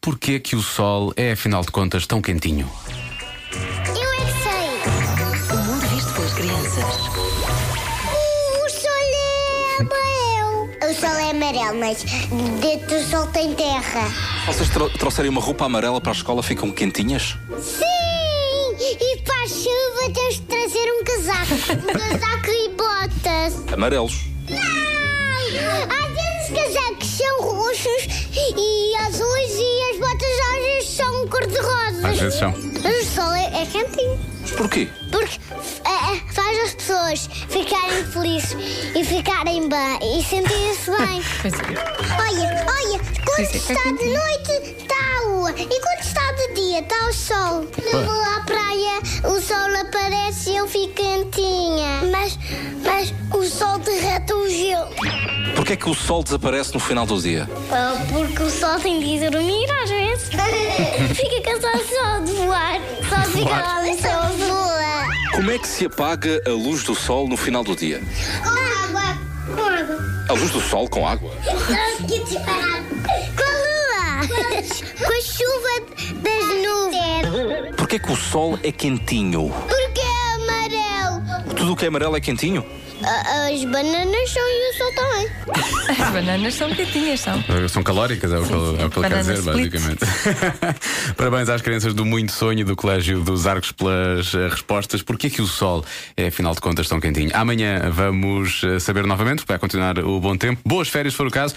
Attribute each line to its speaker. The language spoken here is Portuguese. Speaker 1: porquê que o sol é, afinal de contas, tão quentinho?
Speaker 2: Eu é que sei.
Speaker 3: O mundo visto pelas crianças.
Speaker 2: Uh, O sol é amarelo. O sol é amarelo, mas dentro do sol tem terra.
Speaker 4: Vocês tro- trouxerem uma roupa amarela para a escola, ficam quentinhas?
Speaker 2: Sim! E para a chuva tens de trazer um casaco. Um casaco e botas.
Speaker 4: Amarelos.
Speaker 2: Não! Às vezes os casacos são roxos e azuis e as botas às vezes são cor-de-rosa.
Speaker 1: Às vezes são.
Speaker 2: Mas o sol é, é quentinho.
Speaker 4: Mas porquê?
Speaker 2: Porque é, é, faz as pessoas ficarem felizes e ficarem bem e sentirem-se bem.
Speaker 3: Pois é.
Speaker 2: Olha, olha, quando
Speaker 3: Sim, sim.
Speaker 2: está de noite está a lua e quando está de dia está o sol. Eu vou à praia, o sol aparece e eu fico quentinha. Mas, mas o sol derrete o gelo.
Speaker 4: Porquê é que o sol desaparece no final do dia?
Speaker 2: Oh, porque o sol tem de dormir às vezes. fica cansado só de voar. Só fica lá no sol voa.
Speaker 4: Como é que se apaga a luz do sol no final do dia?
Speaker 2: Com água. Com água.
Speaker 4: A luz do sol com água?
Speaker 2: Com a lua! Com a chuva das nuvens!
Speaker 4: Porquê é que o sol é quentinho?
Speaker 2: Porque é amarelo! Ah,
Speaker 4: Tudo o que é amarelo é quentinho?
Speaker 2: As bananas são e o sol também.
Speaker 3: As bananas são quentinhas, são.
Speaker 1: Eh, São calóricas, é o que, ele- é o que ele quer
Speaker 3: Banana
Speaker 1: dizer,
Speaker 3: split.
Speaker 1: basicamente. Parabéns às crianças do Muito Sonho do Colégio dos Arcos pelas eh, respostas. Porquê que o sol é, afinal de contas, tão quentinho? Amanhã vamos eh, saber novamente, vai continuar o bom tempo. Boas férias, se for o caso.